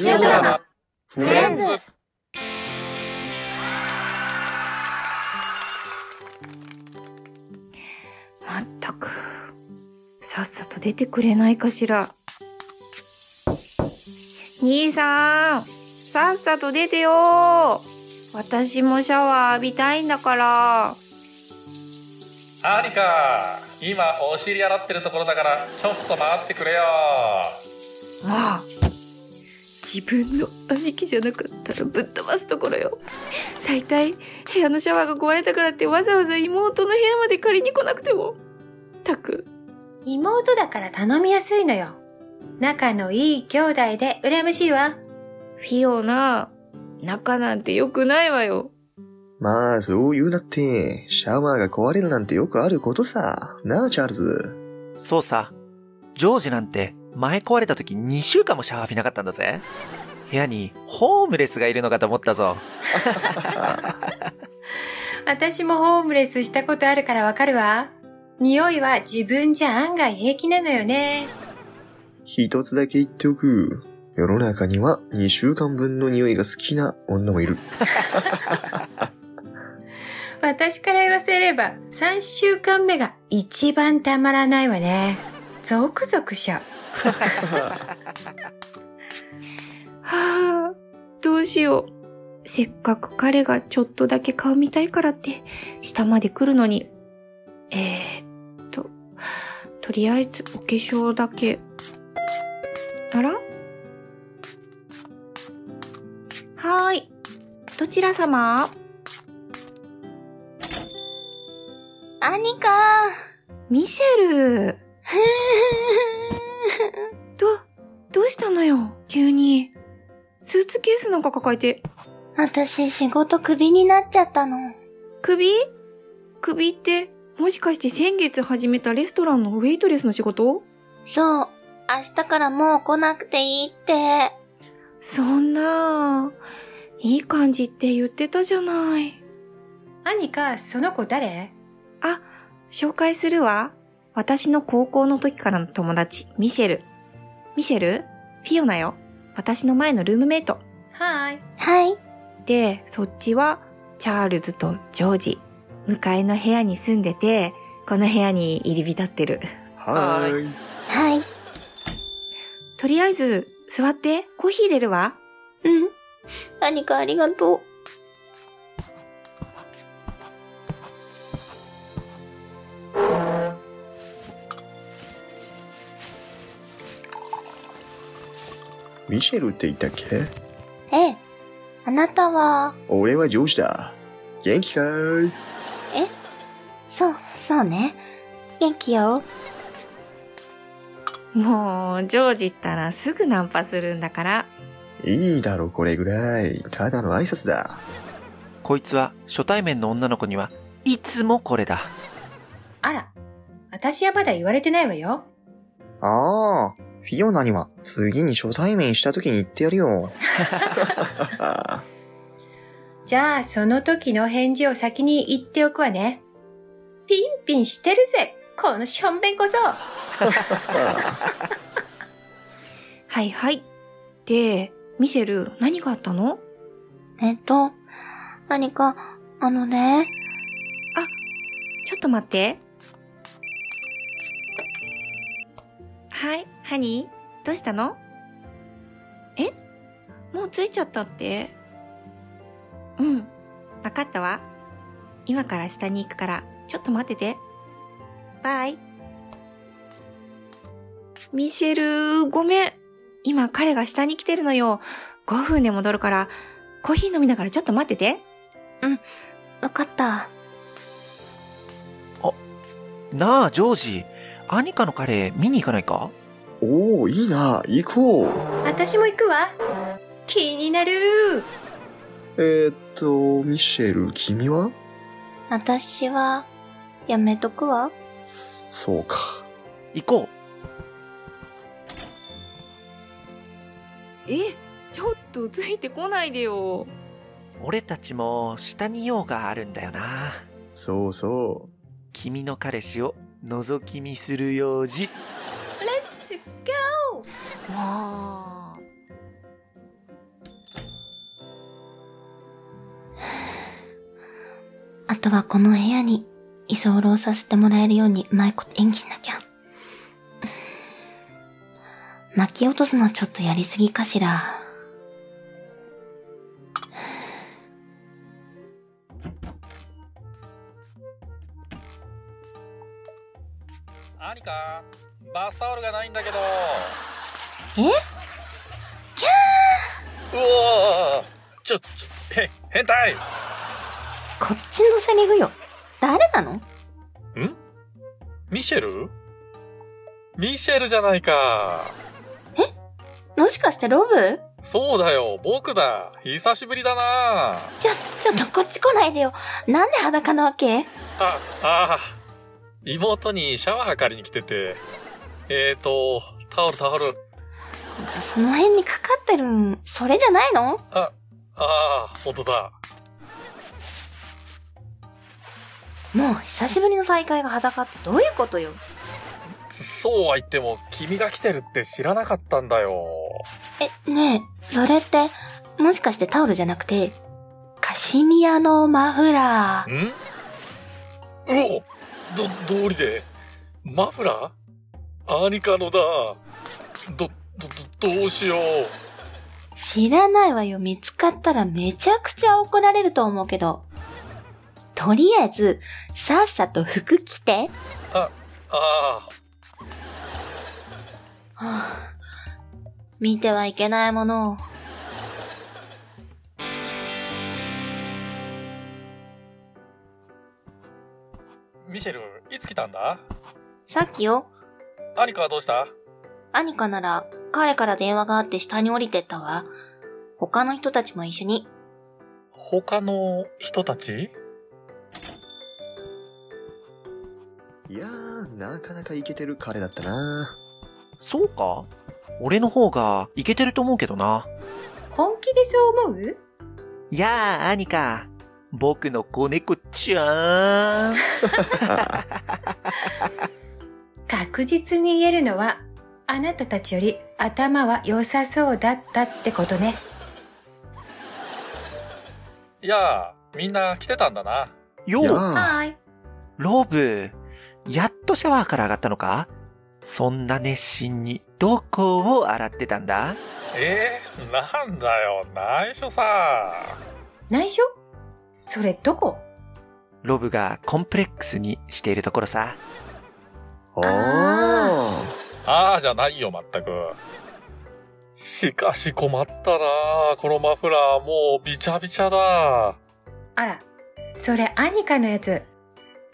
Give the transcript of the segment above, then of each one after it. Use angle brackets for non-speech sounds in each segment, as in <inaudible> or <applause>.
ジオドラマフレンズまったくさっさと出てくれないかしら兄さんさっさと出てよ私もシャワー浴びたいんだからアリカ今お尻洗ってるところだからちょっと待ってくれよまあ自分の兄貴じゃなかったらぶっ飛ばすところよ大体部屋のシャワーが壊れたからってわざわざ妹の部屋まで借りに来なくてもったく妹だから頼みやすいのよ。仲のいい兄弟で羨ましいわ。フィオナ仲なんて良くないわよまあ、そう言うなって、シャワーが壊れるなんてよくあることさ。なあ、チャールズ。そうさ、ジョージなんて前壊れた時2週間もシャワー浴びなかったんだぜ。部屋にホームレスがいるのかと思ったぞ。私もホームレスしたことあるからわかるわ。匂いは自分じゃ案外平気なのよね。一つだけ言っておく。世の中には2週間分の匂いが好きな女もいる。私から言わせれば3週間目が一番たまらないわね。ゾクゾクしちゃう。はあ、どうしよう。せっかく彼がちょっとだけ顔見たいからって、下まで来るのに。えー、っと、とりあえずお化粧だけ。あらはーい。どちら様アニカミシェル。ど、どうしたのよ急に。スーツケースなんか抱えて。私仕事クビになっちゃったの。首首って、もしかして先月始めたレストランのウェイトレスの仕事そう。明日からもう来なくていいって。そんな、いい感じって言ってたじゃない。アニカ、その子誰紹介するわ。私の高校の時からの友達、ミシェル。ミシェルフィオナよ。私の前のルームメイト。はーい。はい。で、そっちは、チャールズとジョージ。向かいの部屋に住んでて、この部屋に入り浸ってる。はーい。はい。とりあえず、座って、コーヒー入れるわ。うん。アニカありがとう。ミシェルって言ったっけええ。あなたは、俺はジョージだ。元気かーいそう、そうね。元気よ。もう、ジョージったらすぐナンパするんだから。いいだろ、これぐらい。ただの挨拶だ。こいつは初対面の女の子にはいつもこれだ。あら。私はまだ言われてないわよ。ああ、フィオナには次に初対面した時に言ってやるよ。じゃあ、その時の返事を先に言っておくわね。ピンピンしてるぜこのしょんべんこそはいはい。で、ミシェル、何があったのえっと、アニカ、あのね、ちょっと待って。はい、ハニー、どうしたのえもう着いちゃったってうん、わかったわ。今から下に行くから、ちょっと待ってて。バイ。ミシェル、ごめん。今彼が下に来てるのよ。5分で戻るから、コーヒー飲みながらちょっと待ってて。わかった。なあ、ジョージ、アニカのカレー見に行かないかおお、いいな、行こう。私も行くわ気になるえーっと、ミシェル、君は私は、やめとくわ。そうか。行こえ、ちょっとついてこないでよ。う。俺たちも下に用があるんだよな。そうそ君の彼氏を覗き見する用事。 Let's go! もう。とはこの部屋に居候させてもらえるようにうまいこと演技しなきゃ。 <laughs> 泣き落とすのはちょっとやりすぎかしら。アニカバスタオルがないんだけどえうおーちょちょへ変態こっちのセリフよ。誰なのんミシェルミシェルじゃないかもしかしてロブそうだよ僕だ久しぶりだなちょっと、ちょっとこっち来ないでよ。なんで裸なわけああー妹にシャワー借りに来ててえーとタオルタオルその辺にかかってるん、それじゃないのああー本当だもう久しぶりの再会が裸ってどういうことよ。そうは言っても君が来てるって知らなかったんだよえ、ねえ、それって、もしかしてタオルじゃなくて、カシミヤのマフラー。んうおど、道りで、マフラーアニカのだ。ど、ど、ど、どうしよう。知らないわよ。見つかったらめちゃくちゃ怒られると思うけど。とりあえず、さっさと服着て。ああ、はあ、見てはいけないものを。ミシェル、いつ来たんださっきよ、アニカはどうしたアニカなら彼から電話があって下に降りてったわ。他の人たちも一緒に。他の人たちいやー、なかなかイケてる彼だったなそうか俺の方がイケてると思うけどな。本気でそう思うやあ、アニカ。僕の子猫ちゃん。確実に言えるのは、あなたたちより頭は良さそうだったってことね。いやあ、みんな来てたんだな。いやよう、ー、はーい。ロブ。やっとシャワーから上がったのかそんな熱心にどこを洗ってたんだえー、なんだよ、内緒さ。内緒それどこロブがコンプレックスにしているところさ。あああ、じゃないよ、まったく。しかし困ったなあこのマフラー、もうびちゃびちゃだ。あら、それアニカのやつ。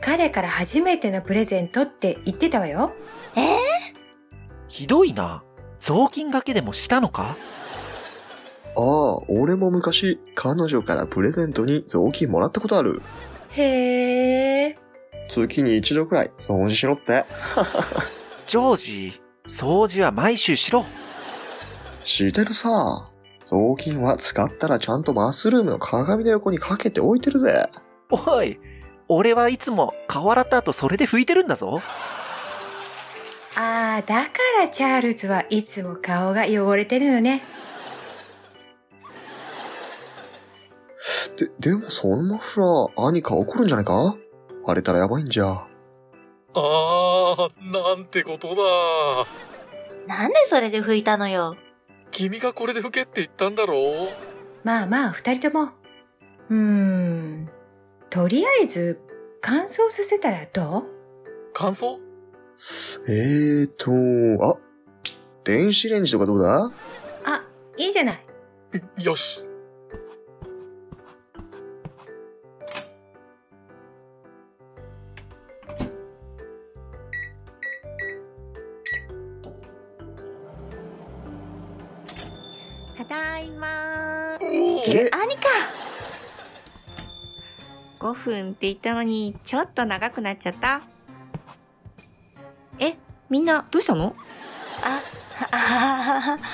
彼から初めてのプレゼントって言ってたわよ。ひどいな。雑巾掛けでもしたのかー。ああ、俺も昔、彼女からプレゼントに雑巾もらったことある。へえ。月に一度くらい掃除しろって。ジョージ、掃除は毎週しろ。してるさ。雑巾は使ったらちゃんとマッスルームの鏡の横にかけておいてるぜ。おい、俺はいつも顔洗った後それで拭いてるんだぞ。ああ、だからチャールズはいつも顔が汚れてるのね。で、でもそのマフラー、兄か怒るんじゃないか荒れたらやばいんじゃ。ああ、なんてことだ。なんでそれで拭いたのよ。君がこれで吹けって言ったんだろうまあまあ、二人とも。うーん。とりあえず、乾燥させたらどう感想えーと、あ、電子レンジとかどうだあ、いいじゃない。よし。ただいまー。え、アニカ5分って言ったのに、ちょっと長くなっちゃった。え、みんな、どうしたのあ、あははは。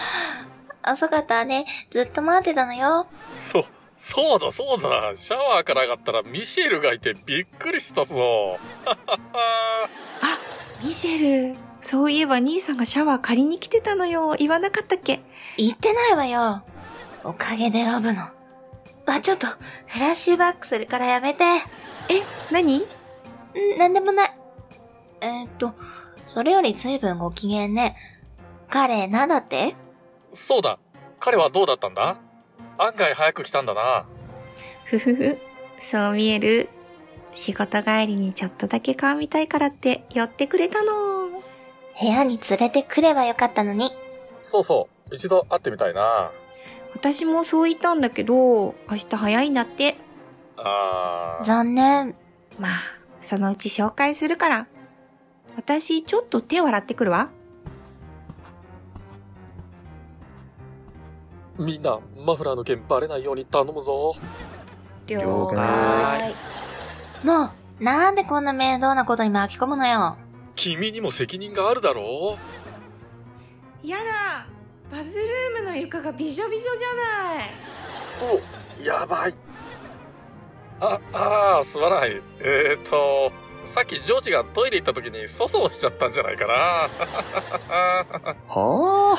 遅かったね。ずっと待ってたのよ。そ、そうだそうだ。シャワーから上がったらミシェルがいてびっくりしたぞ。 <laughs> ミシェル、そういえば兄さんがシャワー借りに来てたのよ。言わなかったっけ言ってないわよ。おかげでロブの。あ、ちょっと、フラッシュバックするからやめて。え、何ん、なんでもない。えーっと、それより随分ご機嫌ね。彼、なんだってそうだ。彼はどうだったんだ案外早く来たんだな。ふふふ、そう見える。仕事帰りにちょっとだけ顔見たいからって寄ってくれたの。部屋に連れてくればよかったのに。そうそう。一度会ってみたいな。私もそう言ったんだけど、明日早いんだって。あー。残念。まあ、そのうち紹介するから。私、ちょっと手を洗ってくるわ。みんな、マフラーの件バレないように頼むぞ。了了解解。もう、なんでこんな面倒なことに巻き込むのよ。君にも責任があるだろうやだバズルームの床がびしょびしょじゃないお、やばい。あ、あー、すまない。えーと、さっきジョージがトイレ行った時に粗相しちゃったんじゃないかな。はあ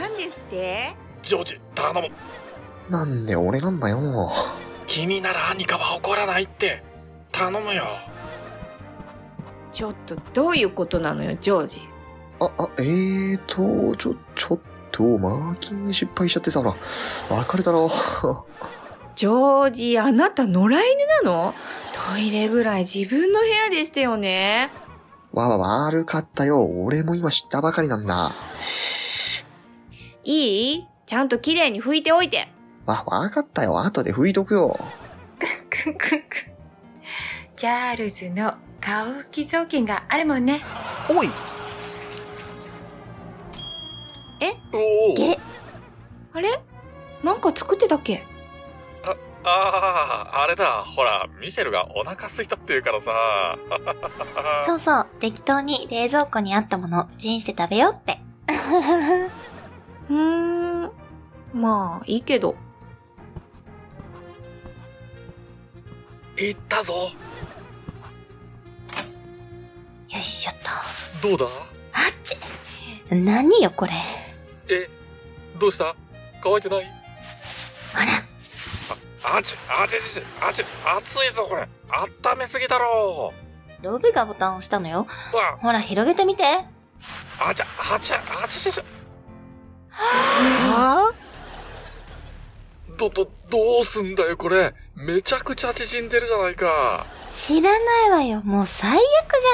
なんですってジョージ、頼む。なんで俺なんだよ。君ならアニカは怒らないって。頼むよ。ちょっとどういうことなのよジョージあ、あ、えーと、ちょ、ちょっと、マーキング失敗しちゃってさ、別れたな。ジョージあなた野良犬なのトイレぐらい自分の部屋でしたよねわわ、悪かったよ。俺も今知ったばかりなんだ。いいちゃんと綺麗に拭いておいてわ、わかったよ。後で拭いとくよ。くんくんくんチャールズの顔拭き雑巾があるもんね。おいおおげあれなんか作ってたっけああ、あれだ。ほら、ミシェルがお腹空いたって言うからさ。そうそう、適当に冷蔵庫にあったもの、チンして食べようって。うーんまあいいけど行ったぞ。よいしょっと。どうだあっち何よこれ。え、どうした乾いてないあら、あち、あちちち、あち、熱いぞこれ。温めすぎだろロブがボタンを押したのよ。う。わ、ほら、広げてみて。あちゃ、あちゃ、あちちち。はど、ど、どうすんだよこれ。めちゃくちゃ縮んでるじゃないか。知らないわよ。もう最悪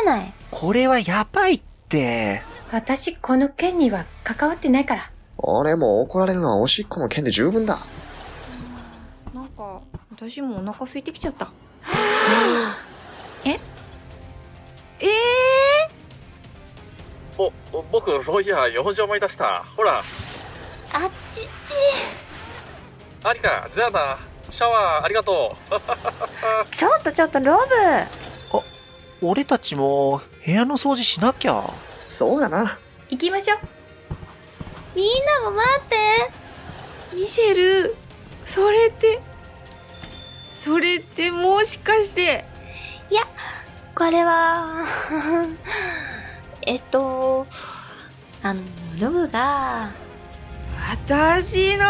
じゃない。これはやばいって。私、この件には関わってないから。俺も怒られるのはおしっこの件で十分だ。なんか私もお腹空いてきちゃったええお、僕、そういや、用事思い出した。ほら、あっち、アニカ、じゃあな。シャワー、ありがとう。ちょっとちょっと、ロブ。俺たちも部屋の掃除しなきゃ。そうだな。行きましょう。みんなも待って。ミシェルそれってそれってもしかしてこれは、 <laughs> えっと、あの、ロブが、私の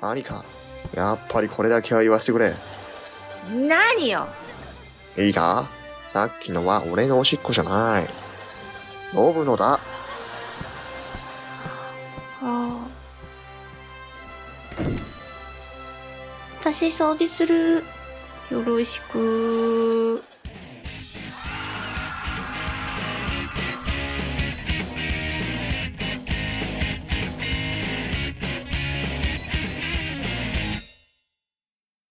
アニカ、やっぱりこれだけは言わせてくれ。何よいいかさっきのは俺のおしっこじゃない。ロブのだ。あ私掃除する。よろしく